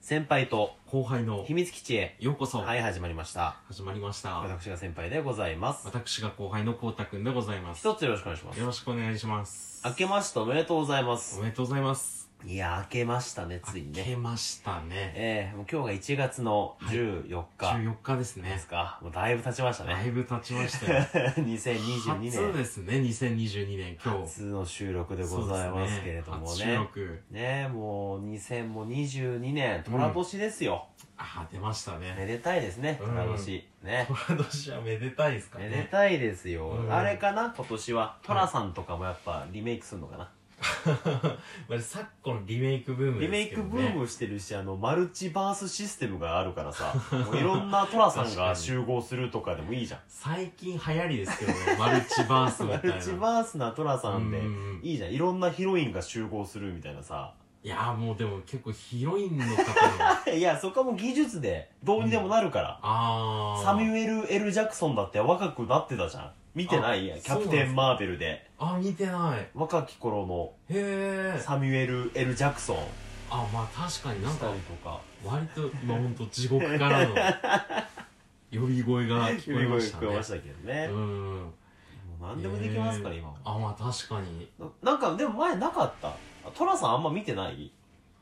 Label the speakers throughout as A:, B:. A: 先輩と
B: 後輩の
A: 秘密基地へ、
B: ようこそ、
A: はい、始まりました。
B: 始まりました。
A: 私が先輩でございます。
B: 私が後輩のこうたくんでございます。よ
A: 一つよろしくお願いします。
B: ろしくお願いします。
A: 明けましておめでとうございま
B: お
A: す。
B: めでとうございます。
A: いや、明けましたね、ついに
B: 明
A: ね。
B: けましたね。
A: ええもう今日が1月の14日
B: 14日です
A: で
B: ね
A: す。か。もうだいぶ経ちました
B: だ
A: ね。
B: いぶ経ちました よ。
A: 2022年。
B: 初ですね、2022年、今日。
A: 初の収録でございますけれども
B: そうです
A: ね。
B: 初収録。
A: ねえ、もう2022年、虎年ですよ。
B: あー、出ましたね。
A: めでたいですね、
B: うん
A: 虎年。ね。
B: 虎年はめでたいですか
A: めで
B: ね。
A: たいですよ。
B: うん
A: あれかな今年は。虎さんとかもやっぱリメイクするのかな、
B: まあ昨今リメイクブーム
A: リメ
B: です
A: イ
B: け
A: ク
B: ど
A: ブ
B: ね。
A: ームしてるし、あの、マルチバースシステムがあるから さ、もういろんな虎さん
B: 確か
A: が
B: に
A: 集合するとかでもいいじゃん。
B: 最近流行りですけどね、マルチバースみ
A: マ
B: たいな。
A: ルチバースな虎さんで
B: うんうんうん、
A: いいじゃん。いろんなヒロインが集合するみたいなさ。
B: いやーもうでも結構ヒロインの方の
A: いや、そこはもう技術でどうにでもなるから。
B: あー
A: サミュエル・ L ・ジャクソンだって若くなってたじゃん。見てないや
B: あ
A: ん、キャプテン・マーベルで。
B: あ見てない
A: 若き頃の
B: へえ
A: サミュエル・ L ・ジャクソン
B: あまあ確かになん
A: し
B: か
A: たりとか。
B: 割と今ほんと地獄からの呼び声が聞こえました
A: 聞
B: ね
A: こえましたけどね
B: う。ん
A: もう何でもできますから、
B: へー
A: 今は。
B: あまあ確かに
A: ななんか、でも前なかった。トラさんあんま見てない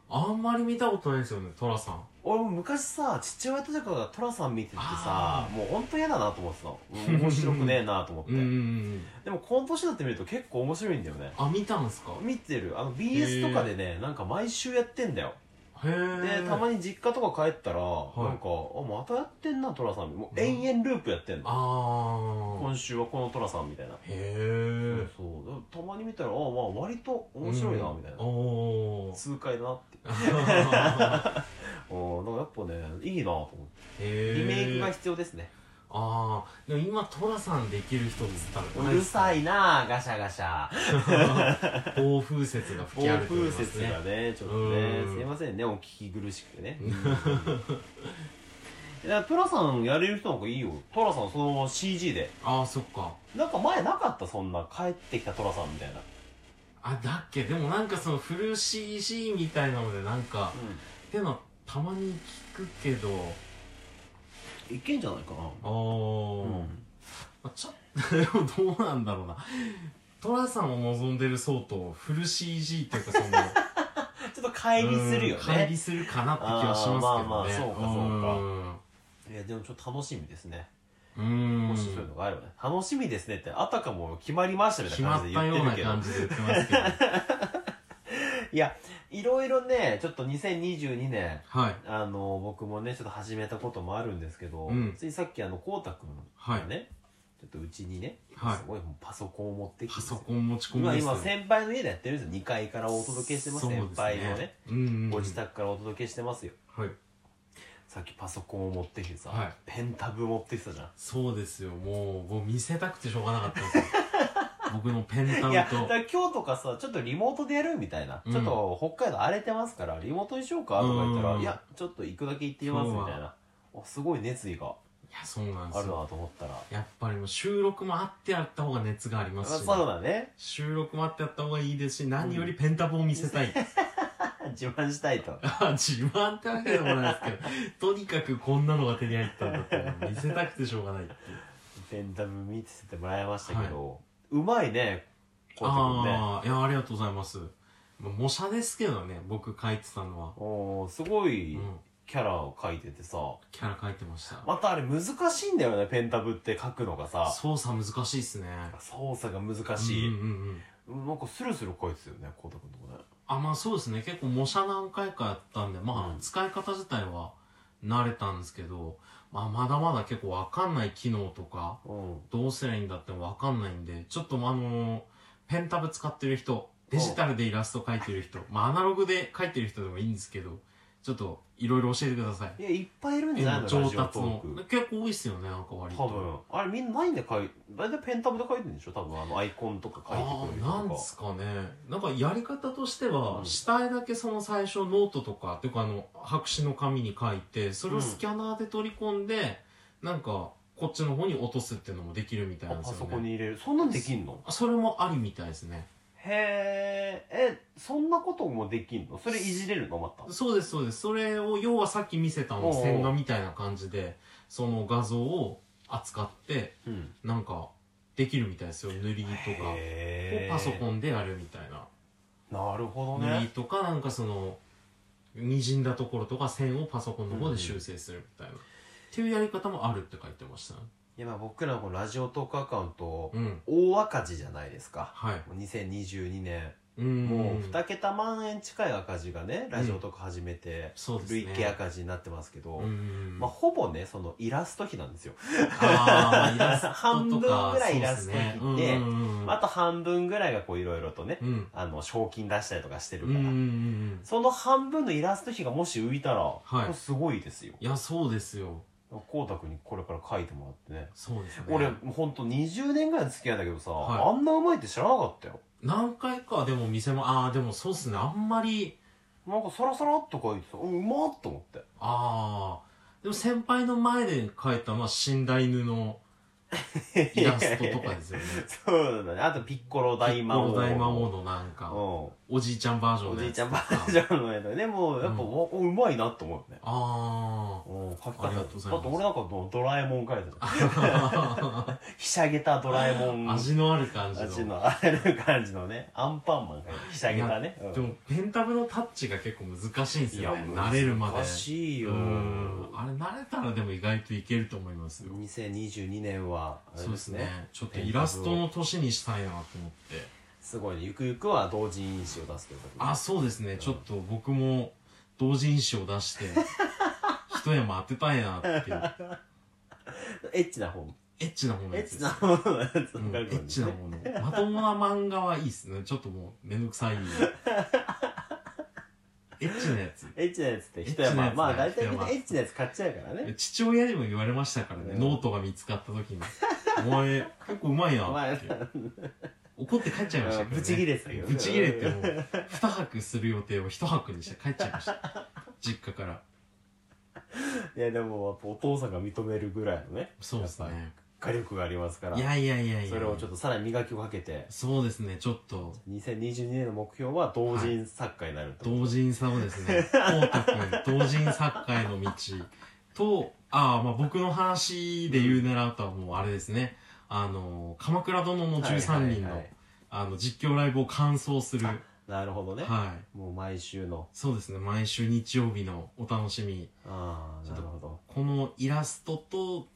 B: あんまり見たことないですよねトラさん
A: 俺も昔さ、父親とかがトラさん見ててさ
B: あ、
A: もうほんと嫌だなと思ってたの。うん面白くねえなと思っ
B: うんうんう
A: て。
B: ん
A: でもこの年になってみると結構面白いんだよね。
B: あ見たんすかへ
A: 見てる。あの BS とかでね、なんか毎週やってんだよ。
B: え
A: でたまに実家とか帰ったら、
B: い
A: なんかあまたやってんなトラさんもう延々ループやってんの、
B: あー
A: 今週はこのトラさんみたいな、
B: へえ
A: そうそうたまに見たらあまあ割と面白いなみたいな、
B: おー
A: 痛快だな って あーなんかやっぱねいいなと思って
B: へー
A: リメイクが必要ですね、
B: ああでも今トラさんできる人っつったら
A: うるさ
B: い
A: いなガシャガシャ
B: 暴風雪が吹
A: 暴
B: き荒れており
A: 風
B: ます
A: 雪
B: ね
A: がねちょっとね
B: うん
A: すいませんねお聞き苦しくてねいやトラさんやれる人の方がいいよトラさんそのまま CG で
B: ああそっか
A: なんか前なかったそんな帰ってきたトラさんみたいな、
B: あだっけでもなんかそのフル CG みたいなのでなんかってのはたまに聞くけど
A: いけんじゃないか
B: あ
A: な
B: ー、
A: うん
B: まあ、ちょっとでもどうなんだろうなトラさんを望んでる層とフル CG っていうかその
A: ちょっと 乖離するよ
B: うん乖離
A: ね
B: するかなって気はしますけどね
A: あーまあまあそうか
B: そうか
A: いやでもちょっと楽しみですね、
B: うーん
A: もしそういうのがあればね楽しみですねってあたかも決まりましたみたい
B: 決
A: な
B: まっ
A: 感じで
B: た
A: 言
B: よう
A: って
B: な
A: るけど
B: 感じで言ってますけど
A: いやいろいろねちょっと2022年
B: はい
A: あの僕もねちょっと始めたこともあるんですけど、
B: うん
A: ついさっきあのこうたくん
B: はい
A: がね、ちょっとうちにね、
B: はい
A: すごいもうパソコンを持ってきて
B: パソコン持ち込み
A: 今
B: ですよ
A: 今先輩の家でやってるんですよ2階からお届けしてます
B: そうで
A: 先輩のね
B: うんうんうん
A: ご自宅からお届けしてますよ
B: はい
A: さっきパソコンを持ってきてさ、
B: はい
A: ペンタブ持ってきたじゃん
B: そうですよもうもう見せたくてしょうがなかったんですよ 僕のペンタ
A: いや
B: ブ
A: だ
B: と
A: から今日とかさちょっとリモートでやるみたいな、
B: うん
A: ちょっと北海道荒れてますからリモートにしようかとか言った
B: う
A: ら
B: ん
A: いやちょっと行くだけ行ってみますみたいなおすごい熱意が
B: いやそうなんで
A: ある
B: す
A: な
B: よ
A: と思ったら
B: やっぱりもう収録もあってやった方が熱がありま
A: あ
B: すし、
A: そうだね
B: 収録もあってやった方がいいですし何よりペンタブを見せ たい、
A: 自慢したいと
B: 自慢ってわけでもないですけどとにかくこんなのが手に入ったんだっていうのを見せたくてしょうがないっ ていう
A: ペンタブ見せてもらいましたけど、うまいねこうやってくんね
B: ああいやありがとうございますまあ模写ですけどね僕書いてたのは、
A: おーすご
B: う
A: い
B: ん、
A: キャラを描いててさ、
B: キャラ書いてました
A: またあれ難しいんだよねペンタブって書くのがさ
B: 操作難しいっすね
A: 操作が難しい、
B: うんうんうん、
A: なんかスルスル書いてたよねこうたくんとこね
B: あまあそうですね結構模写何回かやったんでまあ、
A: うん
B: 使い方自体は慣れたんですけど、まあ、まだまだ結構わかんない機能とか
A: うん
B: どうすりゃいいんだってわかんないんでちょっとまああのペンタブ使ってる人デジタルでイラスト描いてる人、まあアナログで描いてる人でもいいんですけどちょっといろいろ教えてくださ
A: い
B: い
A: や、いっぱいいるんじゃないのラ
B: 上
A: ジオ
B: 達
A: ト
B: の
A: ーク。
B: 結構多いっすよねなんか割と
A: 多分。あれみんなないんで書い、大体ペンタブで書いてるんでしょ多分あのアイコンとか書い
B: あ
A: てくる
B: ー
A: 人
B: なん
A: とか。
B: ですかねなんかやり方としては、
A: うん
B: 下絵だけその最初ノートとかっていうかあの白紙の紙に書いてそれをスキャナーで取り込んで、なんかこっちの方に落とすっていうのもできるみたい
A: あ
B: なんで
A: パ
B: す
A: ソ
B: よ
A: コン
B: ね
A: に入れる。そんなんできんの
B: あそれもありみたいですね
A: へええそんなこともできんのそれいじれるのまた
B: そうですそうですそれを要はさっき見せた
A: おう
B: の
A: おう
B: 線画みたいな感じでその画像を扱って
A: うん
B: なんかできるみたいですよ塗りとかを
A: へえ
B: パソコ
A: ン
B: ンでやるみたいな
A: なるほど
B: 塗り
A: ね
B: とかなんかその滲んだところとか線をパソコンの方で修正するみたいな、っていうやり方もあるって書いてましたね
A: いやまあ僕らのこのラジオトークアカウント
B: うん
A: 大赤字じゃないですか
B: はい
A: もう2022年
B: うん
A: もう2桁万円近い赤字がねラジオトーク始めて
B: そうですね
A: 累計赤字になってますけど
B: うん
A: まあほぼねそのイラスト費なんですよ
B: あーまあイラストとか
A: 半分ぐらいイラストに行って
B: そうすねうんうんうん
A: あと半分ぐらいがこういろいろとね
B: うん
A: あの賞金出したりとかしてる
B: うんう
A: か
B: んう
A: ら
B: ん
A: その半分のイラスト費がもし浮いたら、
B: い
A: これすごいですよ
B: いやそうですよ
A: 光沢にこれから書いてもらってね
B: そうですね
A: 俺ほんと20年ぐらいの付き合いだけどさ、
B: は
A: あんなうまいって知らなかったよ
B: 何回かでも店もああでもそうっすねあんまり
A: なんかサラサラっと書いてさうんうまっと思って
B: ああでも先輩の前で描いたまあ死んだ犬のイラストとかですよね
A: そうだねあとピッコロ大魔王
B: ピッコロ大魔王のなんかおじいちゃんバージ
A: うん
B: ョン
A: お
B: の
A: じい
B: や
A: ち
B: つ
A: ゃんバージョンのやつねもうやっぱ、
B: うん
A: おうまいなと思うよね
B: あ
A: うん書き方
B: あり
A: だ
B: が
A: っ
B: と
A: て
B: うございます
A: 俺なんかもうドラえもん書いてた
B: あ
A: ひしゃげたドラえもん
B: 味のある感じの
A: 味のある感じのねアンパンマンがひしゃげたね
B: でもペンタブのタッチが結構難しいんですよね慣れるまで
A: 難しいよ
B: うんあれ慣れたらでも意外といけると思いますよ
A: 2022年はあれ
B: そうですねちょっとイラストの年にしたいなと思って
A: すごいねゆくゆくは同人誌を出すけど
B: あそうですねちょっと僕も同人誌を出して 一山当てたいなっていう
A: エッチな本
B: エッチなもの
A: エ
B: や
A: ッ
B: つで
A: チ
B: す
A: な本のやつ
B: うんエッチなものまともな漫画はいいっすねちょっともうめんど くさいエッチなやつ
A: エッチなやつって一
B: エッチなや
A: 山
B: つね
A: まあ大体み
B: 一
A: ん
B: 山
A: なエッチなやつ買っちゃうからね
B: 父親にも言われましたからね、
A: うん
B: ノートが見つかった時に「お前結構うま いな」って怒って帰っちゃいましたけ
A: うん
B: ど、ね、
A: ブチギレてたけどね
B: ブチギレて もう2泊する予定を1泊にして帰っちゃいました 実家から
A: いやでもやっぱお父さんが認めるぐらいのね
B: そうです
A: やっ
B: ね
A: ぱ火力がありますから
B: いやいやいやいや
A: それをちょっとさらに磨きをかけて
B: そうですねちょっと
A: 2022年の目標は同人作家になると、
B: 同人さをですねこうたくん同人作家への道とああまあ僕の話で言うならあとはもうあれですねあの「鎌倉殿の13人の」
A: はいはいはい
B: あの実況ライブを完走する
A: なるほどね、
B: はい
A: もう毎週の
B: そうですね毎週日曜日のお楽しみ
A: ああ
B: ちょ
A: な
B: っ
A: る
B: と
A: ほど
B: このイラストと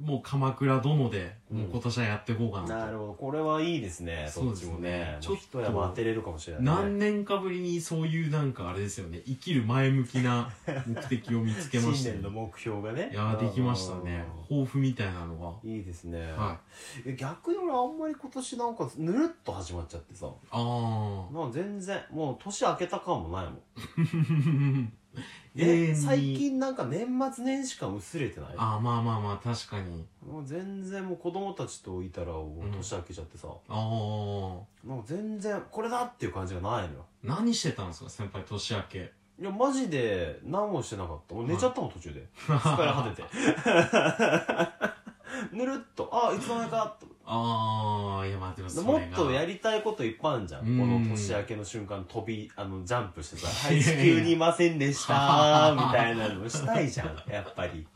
B: もう「鎌倉殿で」
A: うん
B: もう今年はやっていこうかな
A: な
B: と、
A: るほどこれはいいですね
B: そう
A: そっ
B: です
A: ち
B: ね
A: もね
B: ち
A: ちょ
B: ょっ
A: っ
B: と
A: と山当てれるかもしれない、
B: 何
A: ね、
B: 年かぶりにそういうなんかあれですよね生きる前向きな目的を見つけまし
A: 新 年の
B: たね
A: 目標がね
B: いやーできましたね
A: あ
B: 抱負みたいなの
A: ーいいですね、
B: がはい
A: え逆に俺あんまり今年なんかぬるっと始まっちゃってさ
B: ああ
A: なんか全然もう年明けた感もないもん
B: 永遠
A: え
B: に
A: 最近なんか年末年始感薄れてない
B: ああまあまあまあ確かに
A: もう全然もう子供たちといたらもう年明けちゃってさ、
B: ああ
A: なんか全然これだっていう感じがないのよ
B: 何してたんですか先輩年明け
A: いやマジで何もしてなかった俺寝ちゃったもん途中で疲れ果てて ぬるっとあいつの間にかと
B: ああいやまあでもそれが
A: もっとやりたいこといっぱいあるじゃん
B: うん
A: この年明けの瞬間飛びあのジャンプしてさ「はい地球にいませんでした」みたいなのしたいじゃんやっぱり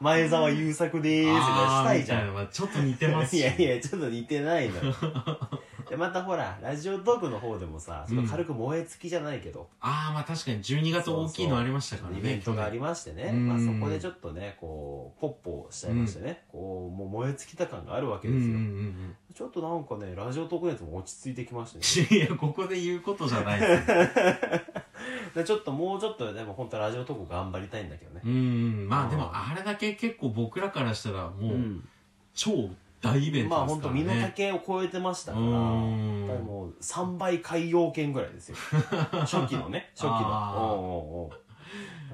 A: 前澤友作でーすみたいなし
B: あー
A: たい
B: み
A: じ
B: たい
A: ゃ
B: なんのはちょっと似てま す
A: い
B: し
A: やいやちょっと似てないのよでまたほらラジオトークの方でもさちょっと軽く燃え尽きじゃないけど、
B: ああまあ確かに12月大きいのありましたからね
A: イベントがあり
B: ま
A: ましてね、
B: うん
A: まあ、そこでちょっとねこうポップをしちゃいましてね、こうもう燃え尽きた感があるわけですよ、
B: うんうん
A: ちょっとなんかねラジオ特熱も落ち着いてきましたね
B: うん、い やここで言うことじゃないです よ
A: でちょっともうちょっとでも本当はラジオトーク頑張りたいんだけどね
B: う、んまあでもあれだけ結構僕らからしたらもう超大イベン
A: まあ
B: トで
A: 本当
B: すから
A: 身
B: ね、
A: の丈を超えてましたから
B: う
A: や
B: ん
A: っぱりもう3倍海洋券ぐらいですよ初期のね初期
B: あー
A: のおうおうおう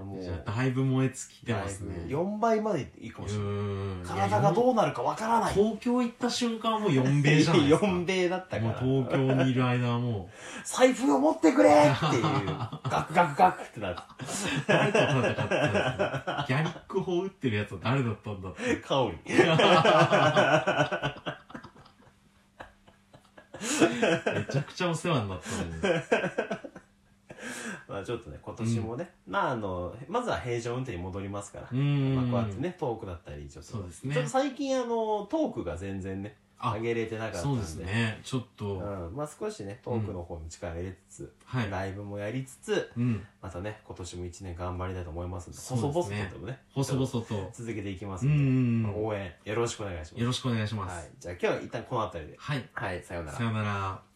A: もう
B: じゃあだいぶ燃え尽きてますね
A: 4倍までいくか
B: う
A: もしれない
B: ん
A: 体がどうなるかわからない
B: 東京行った瞬間はもう4米じゃないですか
A: 4米だったから
B: もう東京にいる間はも
A: 財布を持ってくれっていう、ガクガクガクってなって、
B: う誰と戦ったんだギャリック砲撃ってるやつは誰だったんだって
A: 香り。
B: めちゃくちゃお世話になったのに。
A: まあちょっとね、今年もね、まああの、まずは平常運転に戻りますから
B: う。ーん。
A: まあこうやってね、トークだったり、ちょっ
B: そ
A: と
B: う。ですね
A: ちょっと。最近あの、トークが全然ね、
B: あ
A: 上げれてなかった
B: そ
A: ん
B: う
A: で。
B: ですね。ちょっ
A: う
B: と、
A: ん。まあ少しね、トークの方に力入れつつ、
B: はい。
A: ライブもやりつつ、
B: うん。
A: またね、今年も一年頑張りたいと思いますので、
B: そうです
A: 細々
B: ね
A: とでもね、
B: 細々と。
A: 続けていきます
B: う
A: ので、
B: ん。
A: まあ
B: よ
A: 応援よろしくお願いします。
B: ろしくお願いしま
A: はい
B: す。。
A: じゃあ今日は一旦この辺りで。
B: はい。
A: はい、さようなら
B: さ。よなら。